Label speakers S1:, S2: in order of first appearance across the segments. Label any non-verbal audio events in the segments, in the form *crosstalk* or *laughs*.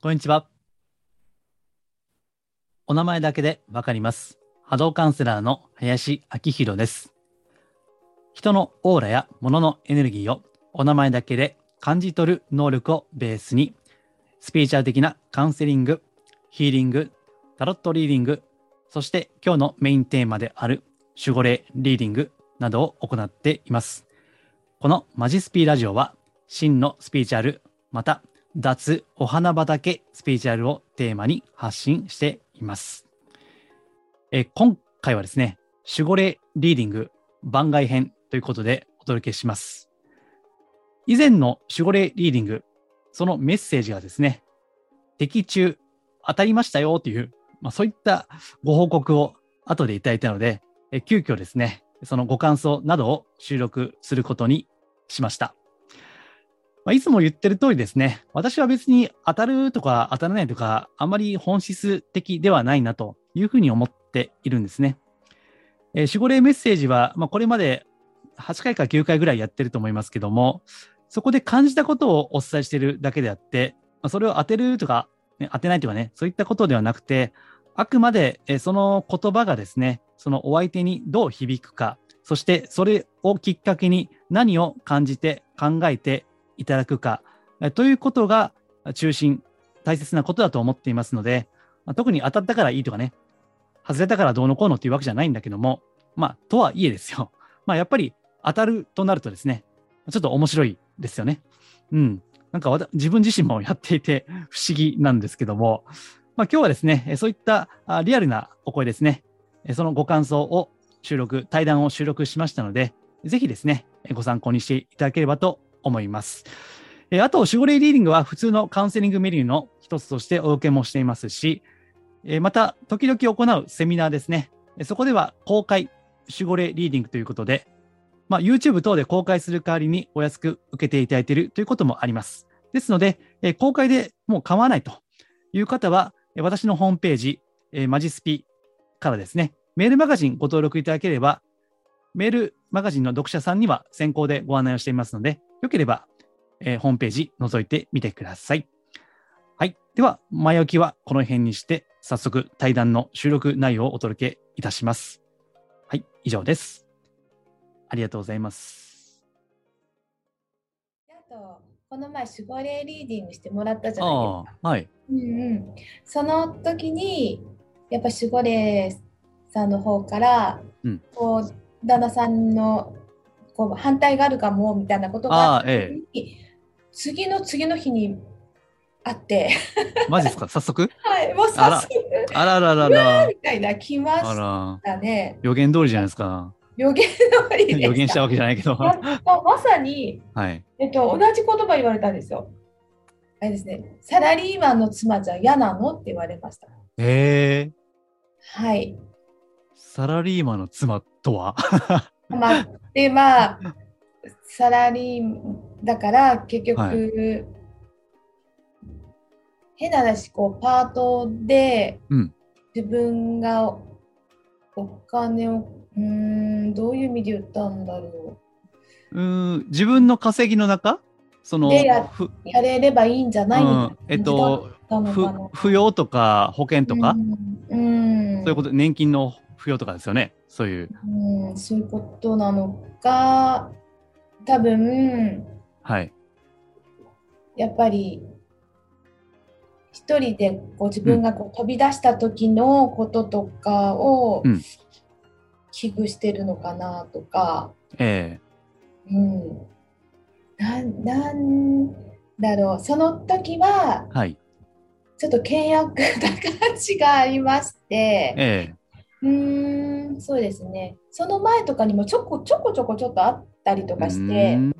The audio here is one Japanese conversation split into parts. S1: こんにちは。お名前だけでわかります。波動カウンセラーの林明宏です。人のオーラや物のエネルギーをお名前だけで感じ取る能力をベースに、スピーチャー的なカウンセリング、ヒーリング、タロットリーディング、そして今日のメインテーマである守護霊リーディングなどを行っています。このマジスピラジオは、真のスピーチャル、また脱お花畑スピーチュアルをテーマに発信しています。えー今回はですね、守護霊リーディング番外編ということでお届けします。以前の守護霊リーディング、そのメッセージがですね、的中、当たりましたよという、まあ、そういったご報告を後でいただいたので、えー急遽ですね、そのご感想などを収録することにしました。まあ、いつも言ってる通りですね、私は別に当たるとか当たらないとか、あまり本質的ではないなというふうに思っているんですね。えー守護霊メッセージは、まあ、これまで8回か9回ぐらいやってると思いますけども、そこで感じたことをお伝えしているだけであって、まあ、それを当てるとか、ね、当てないとかね、そういったことではなくて、あくまでえーその言葉がですね、そのお相手にどう響くか、そしてそれをきっかけに何を感じて考えていただくかえということが中心、大切なことだと思っていますので、まあ特に当たったからいいとかね、外れたからどうのこうのっていうわけじゃないんだけども、まあ、とはいえですよ。 *laughs* まあ、やっぱり当たるとなるとですね、ちょっと面白いですよね。うん。なんかわた自分自身もやっていて *laughs* 不思議なんですけども、まあ、今日はですね、えそういったあリアルなお声ですね、えそのご感想を収録、対談を収録しましたので、ぜひですね、えご参考にしていただければと思います。えーあと、守護霊リーディングは普通のカウンセリングメニューの一つとしてお受けもしていますし、えーまた、時々行うセミナーですね。えーそこでは公開、守護霊リーディングということで、まあ、YouTube 等で公開する代わりにお安く受けていただいているということもあります。ですので、えー公開でもう構わないという方は、えー私のホームページ、えーマジスピからですね、メールマガジンご登録いただければ、メールマガジンの読者さんには先行でご案内をしていますので、よければえーホームページ覗いてみてください。はい。では、前置きはこの辺にして、早速対談の収録内容をお届けいたします。はい、以上です。ありがとうございます。
S2: あとこの前守護霊リーディングしてもらったじゃないです
S1: ああ、はい。
S2: か。うんうん、その時にやっぱ守護霊さんの方から、
S1: うん
S2: こう旦那さんのこう反対があるかもみたいなことがあ
S1: ああ、
S2: っ
S1: え
S2: た時に次の次の日にあって、 *laughs*
S1: え。マジですか早速
S2: はい、もう
S1: あら
S2: 早速
S1: *laughs* あらららら。
S2: みたいな来ま
S1: あ
S2: し
S1: ら。
S2: たね。
S1: 予言通りじゃないですか。
S2: 予言通りでした。
S1: *laughs* 予言したわけじゃないけど。は
S2: ままさに
S1: い。
S2: えっと、同じ言葉言われたんですよ。あれですね、サラリーマンの妻じゃ嫌なのって言われました。
S1: ええ
S2: はい。
S1: サラリーマンの妻とは *laughs*
S2: まあ、で、まあ、サラリーだから結局、
S1: は
S2: 変な話、こう、パートで
S1: うん
S2: 自分がおお金を、うーん、どういう意味で言ったんだろ
S1: うーん、自分の稼ぎの中その、
S2: でや
S1: ふ
S2: う。やれればいいんじゃないみたいな
S1: うん
S2: 感じ
S1: えっと
S2: だったの
S1: ふ
S2: かな
S1: 扶養とか保険とか、
S2: うん、うん
S1: そういうこと年金の扶養とかですよねそういう
S2: うん、そういうことなのか、多分
S1: はい
S2: やっぱり一人でこう自分がこう飛び出した時のこととかを
S1: うん
S2: 危惧してるのかなとか、
S1: え
S2: うん、なんなんだろう、その時は
S1: えはい
S2: ちょっと倹約な感じがありまして。
S1: え
S2: うーん、そうですね。その前とかにもちょこちょこちょこちょっとあったりと
S1: え
S2: かし
S1: うー
S2: て、
S1: ん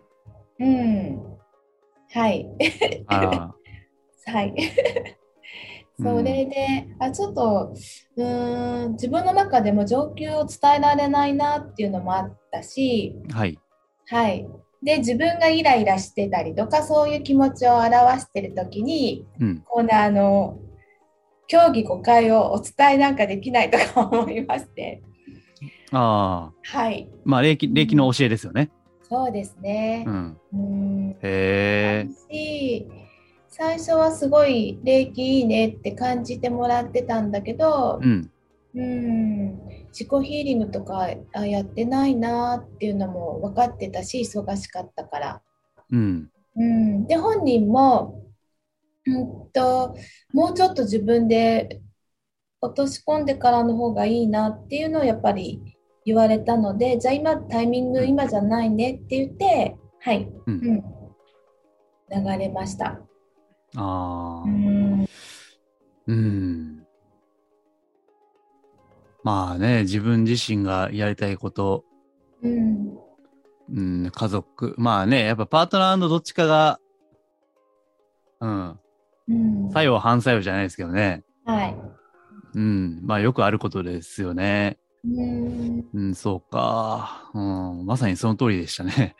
S2: うん、はい、
S1: あ
S2: はい。
S1: うん
S2: それで、あ、ちょっと、うーん、自分の中でも上級を伝えられないなっていうのもあったし、
S1: ーはい
S2: はい。で、自分がイライラしてたりとか、そういう気持ちを表してるときに、
S1: うん
S2: このあの、競技誤解をお伝えなんかできないとか思いまして、
S1: ああ
S2: はい。
S1: まあ霊気霊気の教えですよね
S2: そうですね
S1: う。ん
S2: うん
S1: へえ
S2: し、最初はすごい霊気いいねって感じてもらってたんだけど、
S1: うん。
S2: うん、自己ヒーリングとかあやってないなっていうのも分かってたし忙しかったから。
S1: うん。
S2: うん、で本人も、うん、ともうちょっと自分で落とし込んでからの方がいいなっていうのをやっぱり言われたのでじゃあ今タイミング今じゃないねって言ってはい、
S1: う。
S2: うんん、流れました。
S1: あ
S2: う
S1: あ。
S2: ん
S1: うん。まあね、自分自身がやりたいこと、
S2: うん
S1: うん、家族、まあね、やっぱパートナーのどっちかが、うん、
S2: うん、
S1: 作用反作用じゃないですけどね。
S2: はい、
S1: うん、まあよくあることですよね。
S2: うん
S1: うん、そうか。うん、まさにその通りでしたね。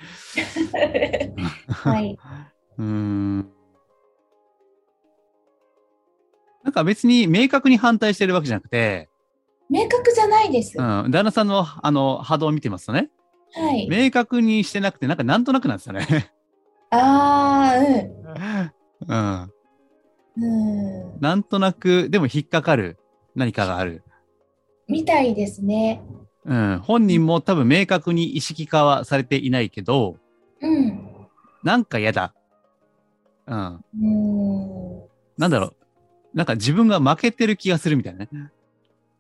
S2: はい、
S1: *laughs* うん。なんか別に明確に反対してるわけじゃなくて、
S2: 明確じゃないです。
S1: う
S2: は
S1: ん、旦那さんのあの波動を見てますとね、
S2: い。
S1: 明確にしてなくて、なんかなんとなくなんですよね。
S2: *laughs* ああ、う
S1: うん。
S2: ん、うん、
S1: なんとなく、でも引っかかる何かがある。
S2: みたいですね。
S1: うん。本人も多分明確に意識化はされていないけど、
S2: うん。
S1: なんか嫌だ。うん。
S2: うん。
S1: なんだろう。なんか自分が負けてる気がするみたいなね。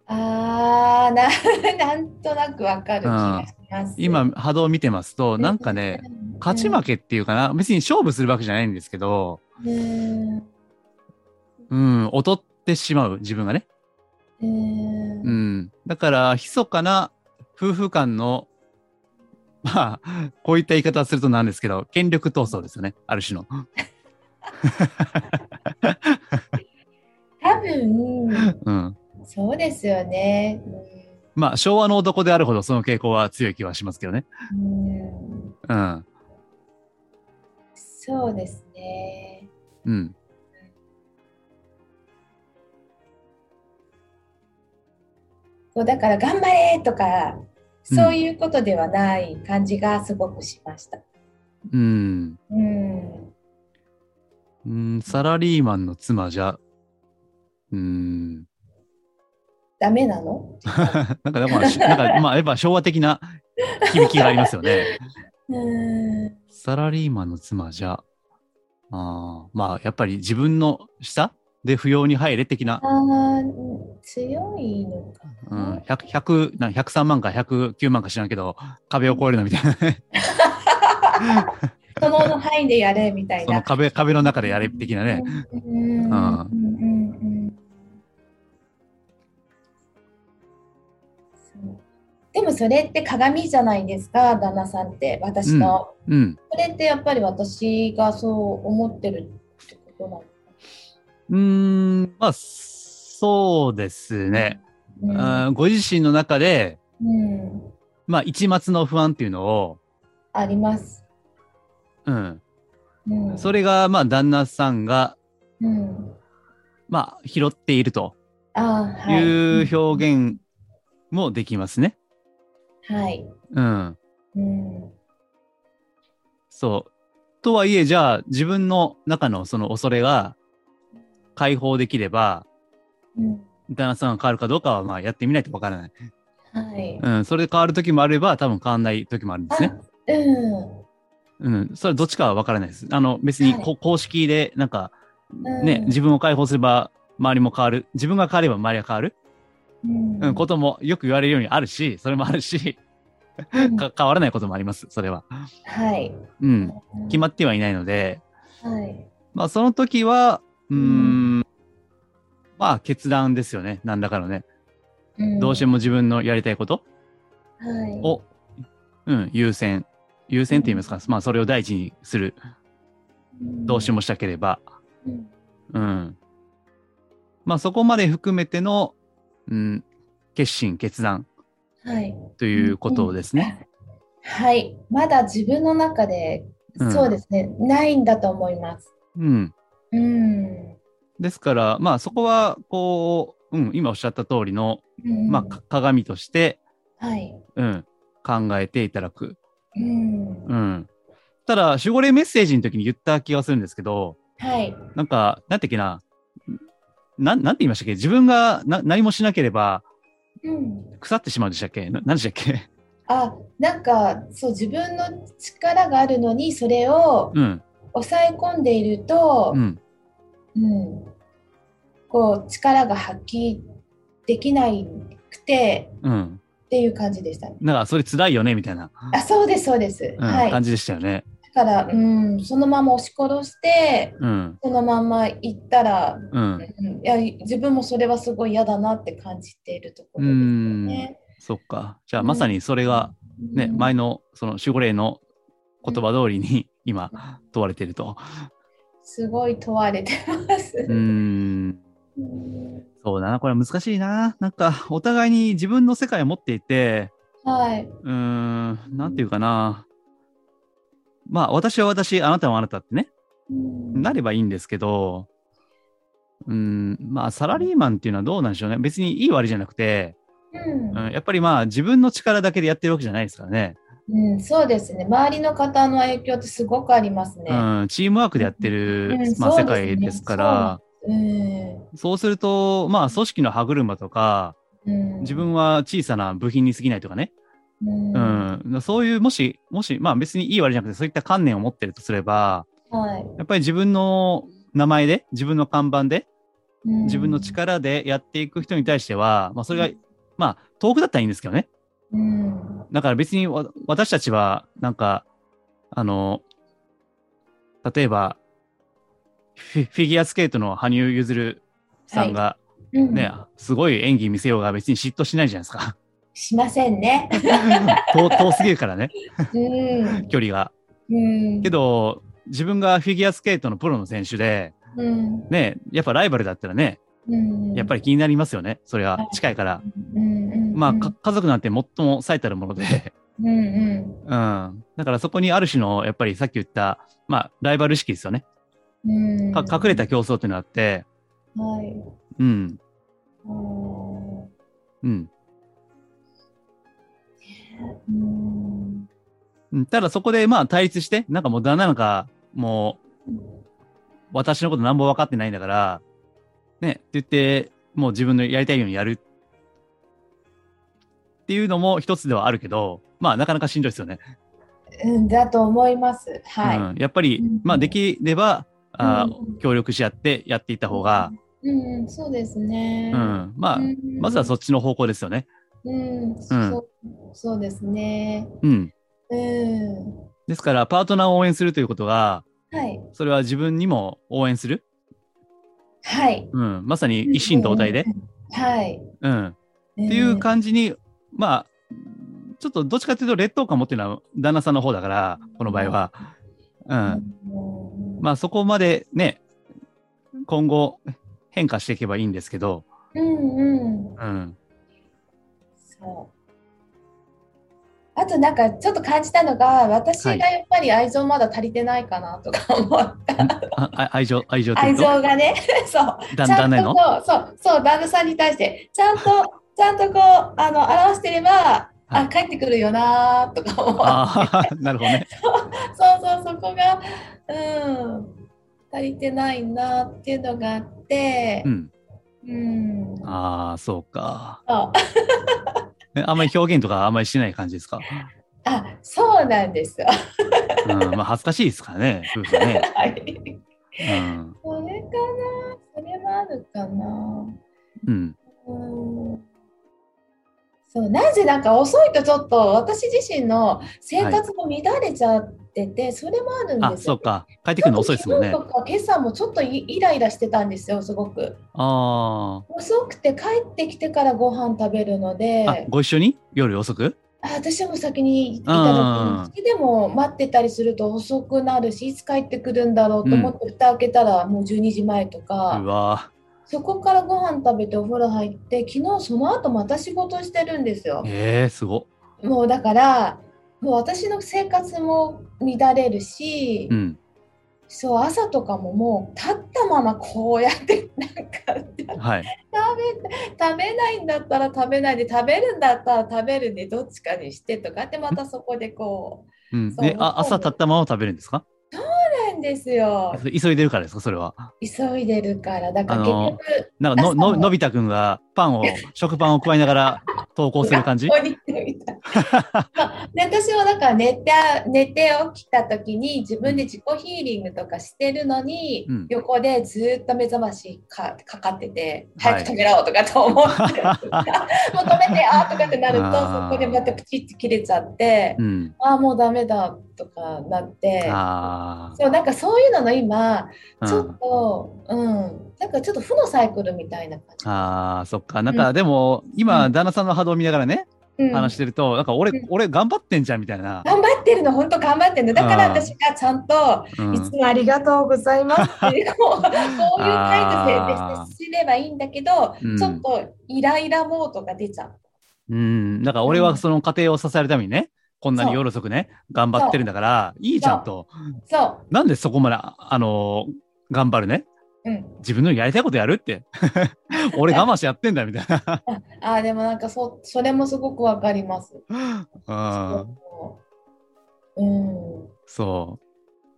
S2: ああ、な、なんとなくわかる気がします。
S1: 今、波動を見てますと、なんかね、
S2: うん、
S1: 勝ち負けっていうかな。別に勝負するわけじゃないんですけど、
S2: うん。
S1: うん、劣ってしまう、自分がね。
S2: うん。
S1: う
S2: うん。
S1: ん。だから、密かな夫婦間の、まあ、こういった言い方をするとなんですけど、権力闘争ですよね。ある種の。
S2: 多分、
S1: うん。
S2: そうですよね。
S1: まあ、昭和の男であるほどその傾向は強い気はしますけどね。
S2: うん。うん
S1: うん。
S2: そうですね。
S1: うん。
S2: こうだから頑張れとか、そういうことではない感じがすごくしました。
S1: うん。
S2: うん。
S1: うん、サラリーマンの妻じゃ、うん。
S2: ダメなの？
S1: なんか、だからしなんかまあ、やっぱ昭和的な *laughs* 響きがありますよね。
S2: うん。
S1: サラリーマンの妻じゃ、あーまあ、やっぱり自分の下で不要に入れ的な
S2: ああ、強いのか
S1: う
S2: な。
S1: ん、100 100な103万か109万か知らんけど壁を越えるのみたいなね
S2: その範囲でやれみたい
S1: その
S2: な。
S1: 壁壁の中でやれ的なね、
S2: うん。うん。うん。うん。そうでもそれって鏡じゃないですか、旦那さんって、私の。
S1: うん
S2: それってやっぱり私がそう思ってるってことなのか
S1: うーんまあそうですね、
S2: な。
S1: あーご自身の中で
S2: うん。うん。
S1: まあ一抹の不安っていうのを、
S2: あります。
S1: うん、
S2: うん。
S1: そ。れがまあ旦那さんが
S2: うん。
S1: まあ拾っていると
S2: ああ、はい。
S1: いう表現もできますね、
S2: はい。
S1: うん、
S2: うん。
S1: そうとはいえじゃあ自分の中のその恐れが解放できれば
S2: うん。
S1: 旦那さんが変わるかどうかはまあやってみないとわからない。
S2: はい。
S1: うん、それで変わる時もあれば多分変わんない時もあるんですね。
S2: あうん。
S1: うん、それはどっちかはわからないです。あの別にこ、公式でなんかね、
S2: うん
S1: 自分を解放すれば周りも変わる。自分が変われば周りが変わる。
S2: うん
S1: うん、こともよく言われるようにあるし、それもあるし、
S2: うん
S1: か変わらないこともあります。それは。
S2: はい。
S1: うん、決ま
S2: っ
S1: ってはいないので、
S2: はい。
S1: まあその時は、うーん、まあ決断ですよね。何らかのね。どうして
S2: も、
S1: も自分のやりたいこと
S2: はい、
S1: を、うん、優先。優先って言いますか、まあ、それを第一にする。どうしてもしたければ。
S2: うん、
S1: うん。まあ、そこまで含めての、うん、決心、決断
S2: はい。
S1: ということですね。
S2: はい。まだ自分の中で、
S1: うん
S2: そうですね、ないんだと思います。
S1: うん。
S2: うん。
S1: ですから、まあ、そこは、こう、うん、今おっしゃった通りの、
S2: うん
S1: まあ、か鏡として、
S2: はい。
S1: うん、考えていただく。
S2: うん。
S1: うん。ただ、守護霊メッセージの時に言った気がするんですけど、
S2: はい。
S1: なんか、なんていうっけな、なん、なんて言いましたっけ自分がな何もしなければ
S2: うん。
S1: 腐ってしまうんでしたっけな何でしたっけ *laughs*
S2: あ、なんか、そう、自分の力があるのに、それを
S1: うん、
S2: 抑え込んでいると
S1: う、ん。
S2: うん、こう、力が発揮できないくて
S1: うん。
S2: っていう感じでしたね。
S1: なんか、それ辛いよね、みたいな、
S2: あ、そうです、そうです。
S1: うん
S2: はい。
S1: 感
S2: だ
S1: じでしたよね。
S2: から、うん、そのまま押し殺して、
S1: うん。
S2: そのまま行ったら、
S1: うん。
S2: うん、いや自分もそれはすごい嫌だなって感じているところですよね。
S1: そっか。じゃあ、まさにそれが、ね、前
S2: の
S1: の、その守護霊の言葉通りに、今、問われてると。
S2: すごい問われてます。
S1: うーん。
S2: うん
S1: そうだな。これは難しいな。なんか、お互いに自分の世界を持っていて、
S2: *laughs* はい。
S1: うーん、なんていうかな。まあ、私は私、あなたはあなたってね、
S2: うん
S1: なればいいんですけど、うーん、まあ、サラリーマンっていうのはどうなんでしょうね。別にいい悪いじゃなくて、
S2: うん
S1: うん、やっぱりまあ、自分の力だけでやってるわけじゃないですからね。
S2: うん、そうですね。周りの方の影響ってすごくあります
S1: う
S2: ね。
S1: ん、チームワークでやってる、
S2: うん
S1: まあ、世
S2: そうですね
S1: 界ですから、
S2: うん。
S1: そうすると、まあ、組織の歯車とか、
S2: うん、
S1: 自分は小さな部品に過ぎないとかね、
S2: うん、
S1: うん、そういう、もし、もし、まあ別にいい悪いじゃなくて、そういった観念を持ってるとすれば、
S2: はい。
S1: やっぱり自分の名前で、自分の看板で、
S2: うん
S1: 自分の、力でやっていく人に対しては、まあそれが、まあ遠くだったらいいんですけどね。
S2: うん。
S1: だから別にわ私たちは、なんか、あの、例えば、フィフィギュアスケートの羽生結弦さんが、
S2: うん
S1: ね、すごい演技見せようが別に嫉妬しないじゃないですか。 *laughs*
S2: しませんね。
S1: 遠遠すぎるからね、
S2: うん。
S1: 距離が。
S2: うん
S1: け、ど、自分がフィギュアスケートのプロの選手で、
S2: うん。
S1: ね、やっぱライバルだったらね、
S2: うん
S1: やっぱり、気になりますよね、それは
S2: はい
S1: 近いから。
S2: うんうん、
S1: まあ、か家族なんて最も最たるもので、 *laughs*
S2: うんうん
S1: うん、だからそこにある種の、やっぱりさっき言った、まあ、ライバル意識ですよね、
S2: うん、
S1: か隠れた競争っていうのがあって、
S2: はい。
S1: うん、
S2: うん
S1: うん、
S2: うん
S1: うんただそこでまあ対立して、なんかもう旦那なんか、もう、私のことなんも分かってないんだから、ね、って言って、もう自分のやりたいようにやる。っていうのも一つではあるけど、まあなかなかしんどいですよね。
S2: うん、だと思います。はい。
S1: うん、やっぱり、
S2: うん
S1: まあできれば、あー
S2: うん
S1: 協力し合ってやっていった方が、
S2: うん、うん、そうですね。
S1: うん、まあ、
S2: うん
S1: まずはそっちの方向ですよね。
S2: うん、そうそうですね。
S1: うん。
S2: うん。
S1: ですから、パートナーを応援するということが、
S2: はい。
S1: それは自分にも応援する。
S2: はい。
S1: うん、まさに一心同体で
S2: う。ん。はい。
S1: うん。
S2: っ
S1: っていう感じに、まあ、ちょっとどっちかというと劣等感持ってるのは旦那さんの方だから、この場合は。う。
S2: うんん。
S1: まあそこまでね、今後変化していけばいいんですけど、
S2: うんうん。
S1: うん。
S2: そう。あとなんかちょっと感じたのが、私がやっぱり愛情まだ足りてないかなとか思った。
S1: ああ愛情、愛情ってい
S2: 愛
S1: う
S2: 情
S1: と、だ
S2: がね、 *laughs* そう。
S1: 旦
S2: ちゃん
S1: 那へ
S2: と
S1: の
S2: こうそうそう旦那さんに対してちゃんとちゃんとこうあの表してれば、
S1: はい
S2: あ帰ってくるよなーとか思う
S1: ああ、 *laughs* なるほどね。
S2: そうそうそこがうん足りてないなっていうのがあって
S1: うん。
S2: うん、
S1: ああ、そうか。
S2: そう
S1: ねあんまり表現とかあんまりしない感じですか。
S2: あそうなんですよ
S1: うん。まあ恥ずかしいですからね、夫婦はね。
S2: はい
S1: うん。
S2: それかなそれはあるかな
S1: うん。
S2: うんそうなぜなんか遅いとちょっと私自身の生活も乱れちゃってて、それもあるん
S1: あ、
S2: です
S1: そ
S2: よ
S1: うか。帰ってくるの遅いですもんね。
S2: ちょっ
S1: あ
S2: と昨日とか今朝もちょっとイイライラしてたんですよすごく
S1: あ
S2: 遅くて帰ってきてからご飯食べるので
S1: ー。あ、ご一緒に夜遅く
S2: あ私はもう先にいただくんですでも待ってたりすると遅くなるしいつ帰ってくるんだろうと思って蓋開けたらもう12時前とか、
S1: うわー
S2: そこからご飯食べてお風呂入って昨日その後また仕事してるんですよ
S1: ええすごっ。
S2: もうだからもう私の生活も乱れるし、
S1: うん。
S2: そう朝とかももう立ったままこうやってなんか *laughs*
S1: はい。
S2: 食べないんだったら食べないで食べるんだったら食べるんでどっちかにしてとかってまたそこでこう
S1: うん、
S2: そう
S1: で、あ、朝立ったまま食べるんですか
S2: そうないんですよ。
S1: それ急いでるからですか、それは。
S2: 急いでるから。だから
S1: あ
S2: 結
S1: の
S2: 局、
S1: なんかの、
S2: 朝
S1: の、
S2: の
S1: のび太くんがパ
S2: *laughs*
S1: ンを、食パンを加えながら投稿する感じ
S2: 学校に行ってみたいまあで私はだから寝た寝て起きた時に自分で自己ヒーリングとかしてるのに、
S1: うん
S2: 横でずっと目覚ましかかかってて、
S1: はい
S2: 早く止めろとかと思っ
S1: *laughs*
S2: てもう止めてあーとかってなる
S1: あー
S2: とそこでまたプチって切れちゃって、
S1: うん。
S2: ああもうダメだとかなって。
S1: あ
S2: そうなんかそういうのの今、
S1: あ。
S2: ち
S1: う
S2: ょ
S1: ん
S2: っと、うん、なんかちょっと負のサイクルみたいな感じ。
S1: ああ、そっか。なんか、でも、今、旦那さんの波動を見ながらね、
S2: うん
S1: 話してると、なんか、俺
S2: うん、
S1: 俺、頑張ってんじゃん、みたいな。
S2: 頑張ってるの、本当頑張ってるの。だから
S1: あー
S2: 私がちゃんと、
S1: うん
S2: *laughs* いつもありがとうございますっ
S1: *laughs*
S2: ていう、こうこういう態
S1: あ
S2: 度で接すればいいんだけど、
S1: うん
S2: ちょっとイライラモードが出ちゃう。
S1: うん。だから、俺はその家庭を支えるためにね、こんなに
S2: そう
S1: 夜遅くね、頑張ってるんだから、いいじゃんと。
S2: そ
S1: なんでそこまで、ああのー、頑張るね。
S2: う。うん、
S1: 自分のやりたいことやるって。 *laughs* 俺我慢してやってんだ、みたいな。
S2: あーでもなんかそそれもすごくわかります。
S1: *laughs* うん。
S2: そううん、
S1: そ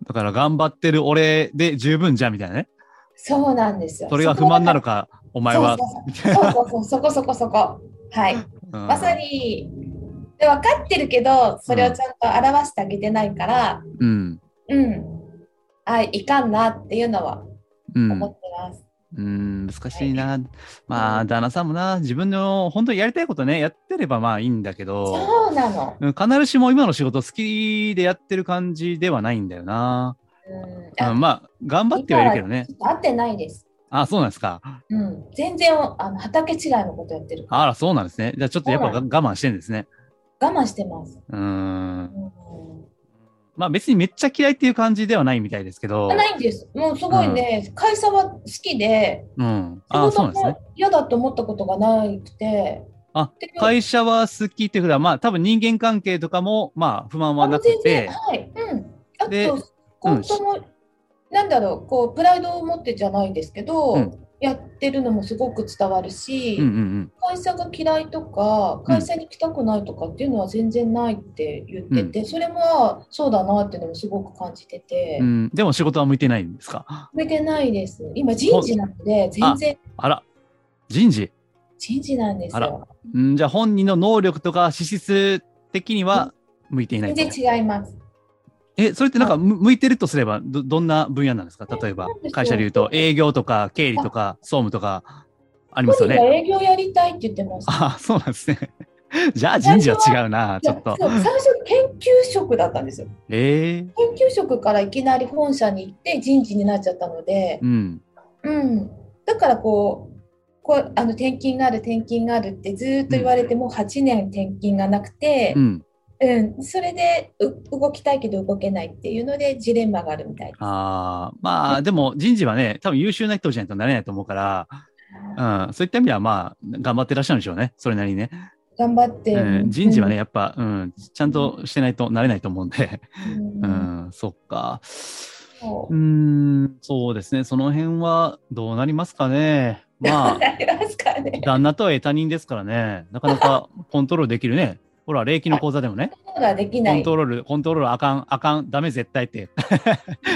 S1: う。だから頑張ってる俺で十分じゃんみたいなね。
S2: そうなんですよ。
S1: それが不満なのか、お前は。
S2: そこが。そうそうそう、そこそこそこ。はい。
S1: うん
S2: まさにで分かってるけどそれをちゃんと表してあげてないから
S1: うん。
S2: うん、あいかんなっていうのは
S1: う
S2: 思っ
S1: ん
S2: て。ます、
S1: うん、難しいな。まあ、旦那さんもな、自分の本当にやりたいことね、やってればまあいいんだけど、
S2: そうなの、
S1: うん必ずしも今の仕事好きでやってる感じではないんだよな。
S2: うん、
S1: う
S2: あ
S1: ん、まあ、頑張ってはいるけどね
S2: ち。ょっと合ってないです、
S1: あ、そうなんですか。
S2: うん、全然あの畑違いのことやってる
S1: あら、そうなんですね。じゃあちょっとやっぱが我慢してんですね。
S2: 我慢してます、
S1: うん
S2: う。ん
S1: まあ別にめっちゃ嫌いっていう感じではないみたいですけど。
S2: あないんですもうすごいね、会社は好きで
S1: うん。
S2: 仕
S1: あ、そう
S2: 事
S1: なんですね
S2: も。嫌だと思ったことがなくて
S1: あ
S2: でも
S1: 会社は好きっていうことは、まあ多分人間関係とかも、まあ不満はなく
S2: 全然
S1: て、
S2: はい、うん、あ
S1: で
S2: と本当も、なんだろうこうプライドを持ってじゃないですけど、
S1: うん
S2: やってるのもすごく伝わるし、
S1: うんうんうん。
S2: 会社が嫌いとか会社に来たくないとかっていうのは全然ないって言ってて、それもそうだなっていうのもすごく感じてて、
S1: うん、でも仕事は向いてないんですか。
S2: 向いてないです今人事なので全然
S1: あら、人事。
S2: 人事なんです
S1: あら
S2: よ
S1: うん、じゃあ本人の能力とか資質的には向いていない
S2: 全
S1: と。
S2: 然違います
S1: え、それってなんかむ向いてるとすれば、ど、どんな分野なんですか例えば
S2: えなんでしょ、う
S1: 会社で言うと営業とか経理とか総務とかありますよ
S2: 本人
S1: ね
S2: が。営業やりたいって言ってます
S1: あそうなんですね。 *laughs* じゃあ人事は違うな、ちょっと。
S2: そう最初研究職だったんですよ
S1: ええ
S2: 研究職からいきなり本社に行って人事になっちゃったので、
S1: うん。
S2: うん、だからこうこうあの転勤がある転勤があるってずーっと言われてもう8年転勤がなくて
S1: う、ん。
S2: うん、それでう動きたいけど動けないっていうのでジレンマがあるみたいです。
S1: ああ、まあ、でも人事はね、多分優秀な人じゃないとなれないと思うから、うん、そういった意味では、まあ、頑張ってらっしゃるんでしょうね。それなりにね。
S2: 頑張って、
S1: うん、人事はね、やっぱ、うん、ちゃんとしてないとなれないと思うんで。
S2: うん、
S1: う
S2: うん
S1: ん、そっか。
S2: そう
S1: うーん、そうですね。その辺はどうなりますかね。まあ、
S2: なりますかね。
S1: 旦那とはいえ他人ですからね、なかなかコントロールできるね。ほら、霊気の講座でもね。
S2: そうができ
S1: コ
S2: な
S1: ン
S2: い。
S1: トロール、コントロールあかん、あかん、ダメ絶対って、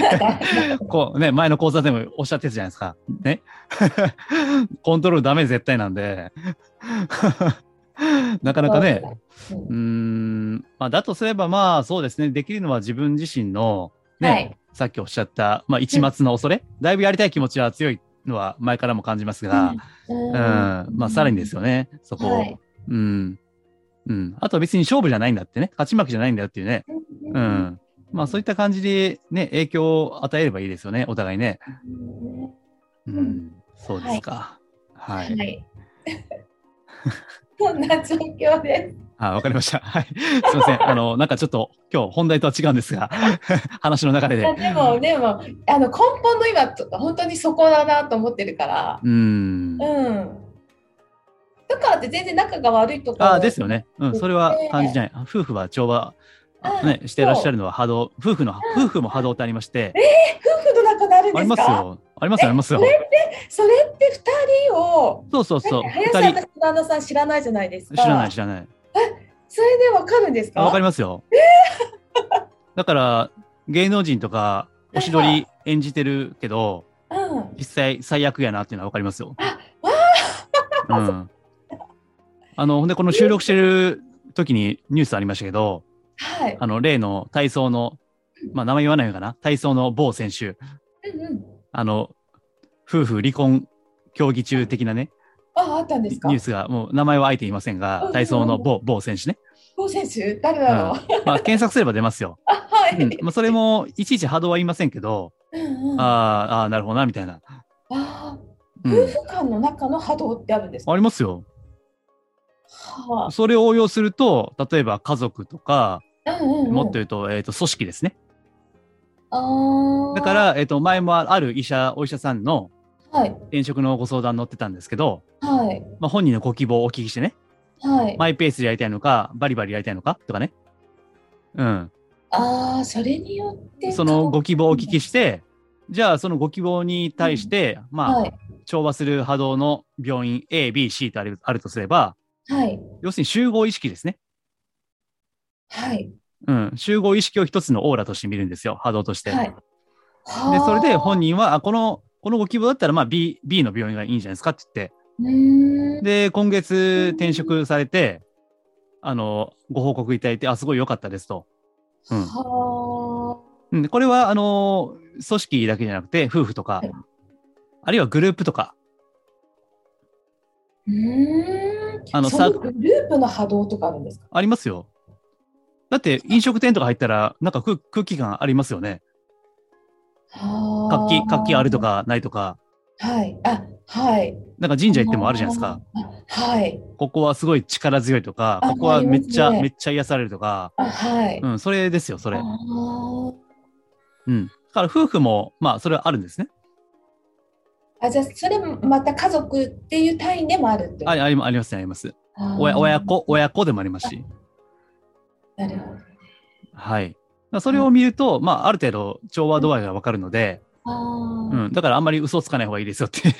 S1: *laughs* こうね、前の講座でもおっしゃってたじゃないですか。ね。 *laughs* コントロールダメ絶対なんで。 *laughs* なかなかね、
S2: *laughs* うん
S1: うーん、まあ、だとすればまあそうですね、できるのは自分自身の、ね、
S2: はい
S1: さっきおっしゃった、まあ一末の恐れ、だいぶやりたい気持ちは強いのは前からも感じますが、
S2: うん
S1: うん、まあさらにですよね、そこを。
S2: はい
S1: うん。うん。あとは別に勝負じゃないんだってね、勝ち負けじゃないんだよっていうね。
S2: うん
S1: う。ん。まあそういった感じでね、影響を与えればいいですよね、お互いね。
S2: うん
S1: うん。
S2: ん
S1: そうですか。は。
S2: はいい。そんな状況です。
S1: あ、わかりました。はい。 *laughs* すいません。あの、なんかちょっと今日本題とは違うんですが、 *laughs* 話の流れ
S2: いや
S1: で。
S2: でもでもあの根本の今と本当にそこだなと思ってるから、
S1: うん
S2: う。ん、だからって全然仲が悪いとか
S1: あですよね。うん。それは感じない。夫婦は調和、
S2: あ
S1: ね、してらっしゃ
S2: る
S1: るのは波動、夫婦の、夫婦も波動ってありまして、
S2: 夫婦の仲があるん
S1: あり
S2: です
S1: ます
S2: か
S1: よ。ありますよ、ありますよ
S2: え。それって二人を
S1: そうそうそう。
S2: 林
S1: 二
S2: さ
S1: 人、
S2: ん私の旦那さん知らないじゃないです
S1: 知
S2: から
S1: ない、知らない。
S2: それでわかるんですか
S1: あわかり
S2: ま
S1: ますよ。だから、芸能人とか、おしどり演じてるけど、
S2: うん。
S1: 実際最悪やなっていうのは分かりますよ。うん、あのほんでこの収録してる時にニュースありましたけど
S2: はい。
S1: あの例の体操の、まあ、名前言わないのかな体操の某選手
S2: うんうん。
S1: あの夫婦離婚競技中的なね
S2: あ、あったんで
S1: ニ
S2: すか
S1: ュー。スがもう名前はあえて言いません
S2: うんうんう
S1: が
S2: ん
S1: 体操の某某選手ね、
S2: 某選手誰
S1: うん
S2: だろう。
S1: まあ、検索すれば出ますよ、
S2: あ、はい。
S1: うんまあ、それもいちいち波動は言いませんけど
S2: うんうん。あ
S1: あーあーなるほどなみたいな、
S2: あ
S1: う
S2: ー、夫
S1: ん、
S2: 婦間の中の波動ってあるんですか。
S1: ありますよ
S2: は
S1: それを応用すると例えば家族とか
S2: あ。うんうんうん。
S1: もっと言うと,、えー、と組織ですね
S2: ああ。
S1: だか。ら、えっと、前もある医者、お医者さんの
S2: はい。
S1: 転職のご相談に乗ってたんですけど、
S2: はい。
S1: まあ、本人のご希望をお聞きしてね、
S2: はい。
S1: マイペースでやりたいのか、バリバリやりたいのかとかね。うん。
S2: ああ、それによって。
S1: そのご希望をお聞きして、じゃあそのご希望に対して、ま
S2: は
S1: あ、
S2: い。
S1: 調和する波動の病院 A、B、C とあるあるとすれば、
S2: はい。
S1: 要するに集合意識ですね。
S2: はい。
S1: うん。集合意識を一つのオーラとして見るんですよ、波動として。
S2: はい。
S1: で、
S2: はあ
S1: それで本。人は、あこの、このご希望だったら、まあ、B、B の病院がいいんじゃないですかって言って、
S2: うーん。
S1: で、今月転職されて、あの、ご報告いただいて、あ、すごい良かったですと。うん
S2: は
S1: うん、これは、あの、組織だけじゃなくて、夫婦とか
S2: はい、
S1: あるいはグループとか、
S2: あ。うーん。
S1: あの
S2: そ
S1: さ
S2: グループの波動とかあるんですか。
S1: ありますよ。だって、飲食店とか入ったら、なんか空空気感ありますよね。
S2: は
S1: 活気、活気あると。かないとか、
S2: はい。あ、はい。
S1: なんか神社行ってもあるじゃないですか。
S2: あ。はい。
S1: ここはすごい力強いとか、
S2: あ
S1: ここはめっち
S2: あ
S1: ゃ、
S2: りますね
S1: めっちゃ癒されるとか、
S2: あ、はい。
S1: うん、それですよ、それ
S2: あ。ー
S1: うん。だから夫婦も、まあ、それはあるんですね。
S2: あ、じゃあ、それもまた家族っていう単位でもあるって
S1: あありありますね、あります。
S2: あー
S1: 親親子、親子でもありますし。
S2: なるほど。
S1: はい。だからそれを見ると、まあ、ある程度、調和度合いがわかるので、
S2: あ
S1: う
S2: ー、
S1: ん、だからあんまり嘘つかない方がいいですよって。
S2: あ、そう、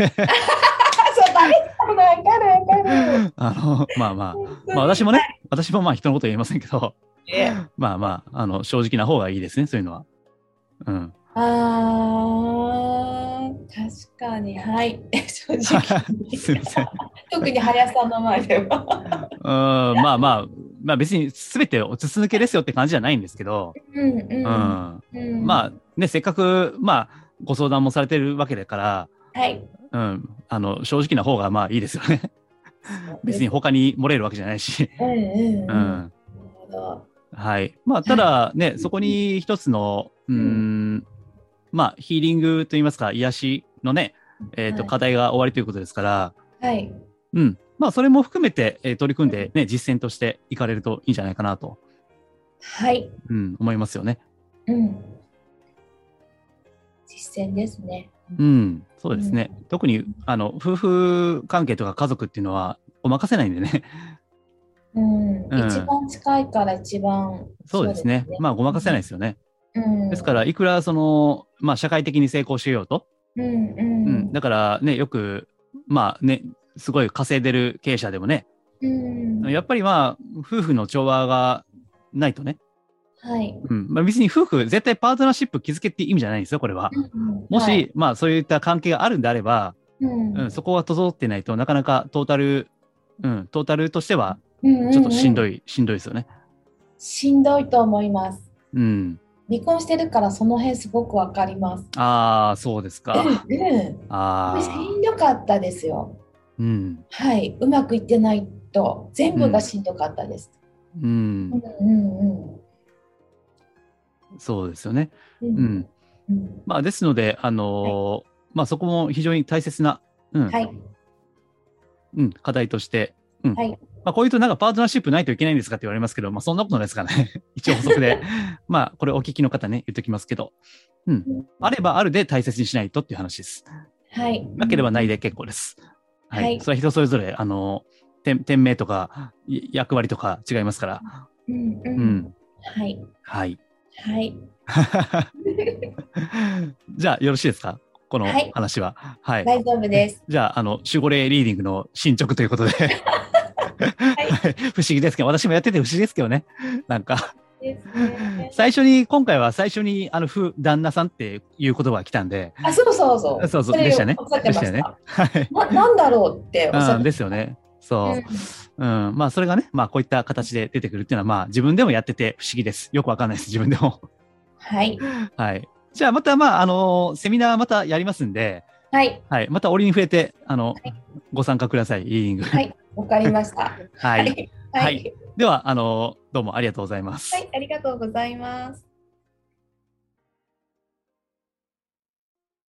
S2: ダメだ。わかるわかる。
S1: *laughs* あの、まあま
S2: 本当
S1: あ、
S2: に
S1: まあ私もね、私もまあ人のこと言えませんけど、
S2: え
S1: まあまあ、あの、正直な方がいいですね、そういうのは。うん。
S2: あー、確かに、はい。 *laughs* 正直
S1: *laughs*
S2: に。
S1: すいません。う
S2: 特に林さんの前では。
S1: ん、まあまあ、まあ別に全てお続けですよって感じじゃないんですけど、
S2: うん
S1: う。
S2: うんん。
S1: まあね、せっかく、まあ、ご相談もされてるわけだから、
S2: あ、はい。
S1: うん、あの、正直な方がまあいいですよね。
S2: *laughs*
S1: 別に。他に漏れるわけじゃないし。
S2: うんうんうん。
S1: う
S2: なる
S1: ん。
S2: ほど。
S1: はい。まあ、ただね、そこに一つの、うー、
S2: うん
S1: まあ、ヒーリングといいますか、癒しのね、えっ、と、
S2: はい
S1: 課題が終わりということですから、
S2: はい。
S1: うん。まあ、それも含めて、えー取り組んで、ね、実践としていかれるといいんじゃないかなと、
S2: はい。
S1: うん、思いますよね。
S2: うん。実践ですね。
S1: うん。そうですね。特に、あの、夫婦関係とか家族っていうのは、お任せないんでね。
S2: うん。
S1: ん
S2: 一番近いから一番。
S1: *laughs* そうですね。まあ、ごまかせないですよね。
S2: うん。
S1: ですから、いくら、その、まあ、社会的に成功しようと、
S2: うんう
S1: うんん、。だからね、よく、まあね、すごい稼いでる経営者でもね、
S2: うん。
S1: やっぱりまあ、夫婦の調和がないとね、
S2: はい。
S1: うんまあ、別に夫婦、絶対パートナーシップ築けって意味じゃないんですよ、これは。
S2: うん
S1: もし、
S2: はい
S1: まあ、そういった関係があるんであれば、
S2: うん
S1: うん、そこは整ってないとなかなかトータル、うん、トータルとしては、
S2: うん
S1: ちょっとしんど
S2: い。
S1: い、しんどいですよね。
S2: しんどいと思います。
S1: うん。
S2: 離婚してるからその辺すごくわかります。
S1: ああ、そうですか。
S2: うんうん。
S1: あ
S2: し
S1: あ。
S2: んどかったですよ。
S1: うん。
S2: はい、うまくいってないと全部がしんどかったです。
S1: うん
S2: う。んうん
S1: そうですよね。
S2: う
S1: うんん。
S2: うん
S1: まあ、ですので、あのーまあ、そこも非常に大切な、うん
S2: はい
S1: うん、課題として、うん
S2: はい
S1: まあ、こういうとなんかパートナーシップないといけないんですかって言われますけど、まあ、そんなことないですからね。 *laughs* 一応補足
S2: *laughs*
S1: で。まあ、これお聞きの方ね、言っときますけど、うん
S2: うん、
S1: あればあるで大切にしないとっていう話です。
S2: はい。
S1: なければないで結構です。はい。
S2: はい
S1: それは人それぞれ、あのーて店名とかい役割とか違いますから。
S2: うんう
S1: うんん。
S2: はい
S1: はい。 *laughs*
S2: はい。
S1: じゃあ、よろしいですかこの
S2: はい
S1: 話は。はい。
S2: 大丈
S1: *laughs*
S2: 夫です。
S1: じゃあ、あの、守護霊リーディングの進捗 *laughs* ということで。はい、不思議ですけど、私もやってて不思議ですけどね。なんか、
S2: ですね。
S1: 最初に、今回は最初に、あの、夫、旦那さんっていう言葉が来たんで、
S2: あ、そうそうそう。
S1: そうそう
S2: れ
S1: でしたね
S2: おっしゃってました。
S1: でしたはい。
S2: ななんだろうっておっし
S1: う
S2: ゃっ
S1: ん、
S2: て
S1: ですよね。そうう。
S2: ん
S1: うん。まあ、それがね、まあ、こういった形で出てくるっていうのは、まあ、自分でもやってて不思議です。よくわかんないです、自分でも。
S2: はい。
S1: はい。じゃあ、また、まあ、あのセミナーまたやりますんで、
S2: はい。
S1: はい。また折に触れて、あの、
S2: い
S1: ご参加ください、リーディング。
S2: はい。わかりました。
S1: はい。
S2: は。
S1: はいいでは、あのどうもありがとうございます。
S2: はい。ありがとうございます。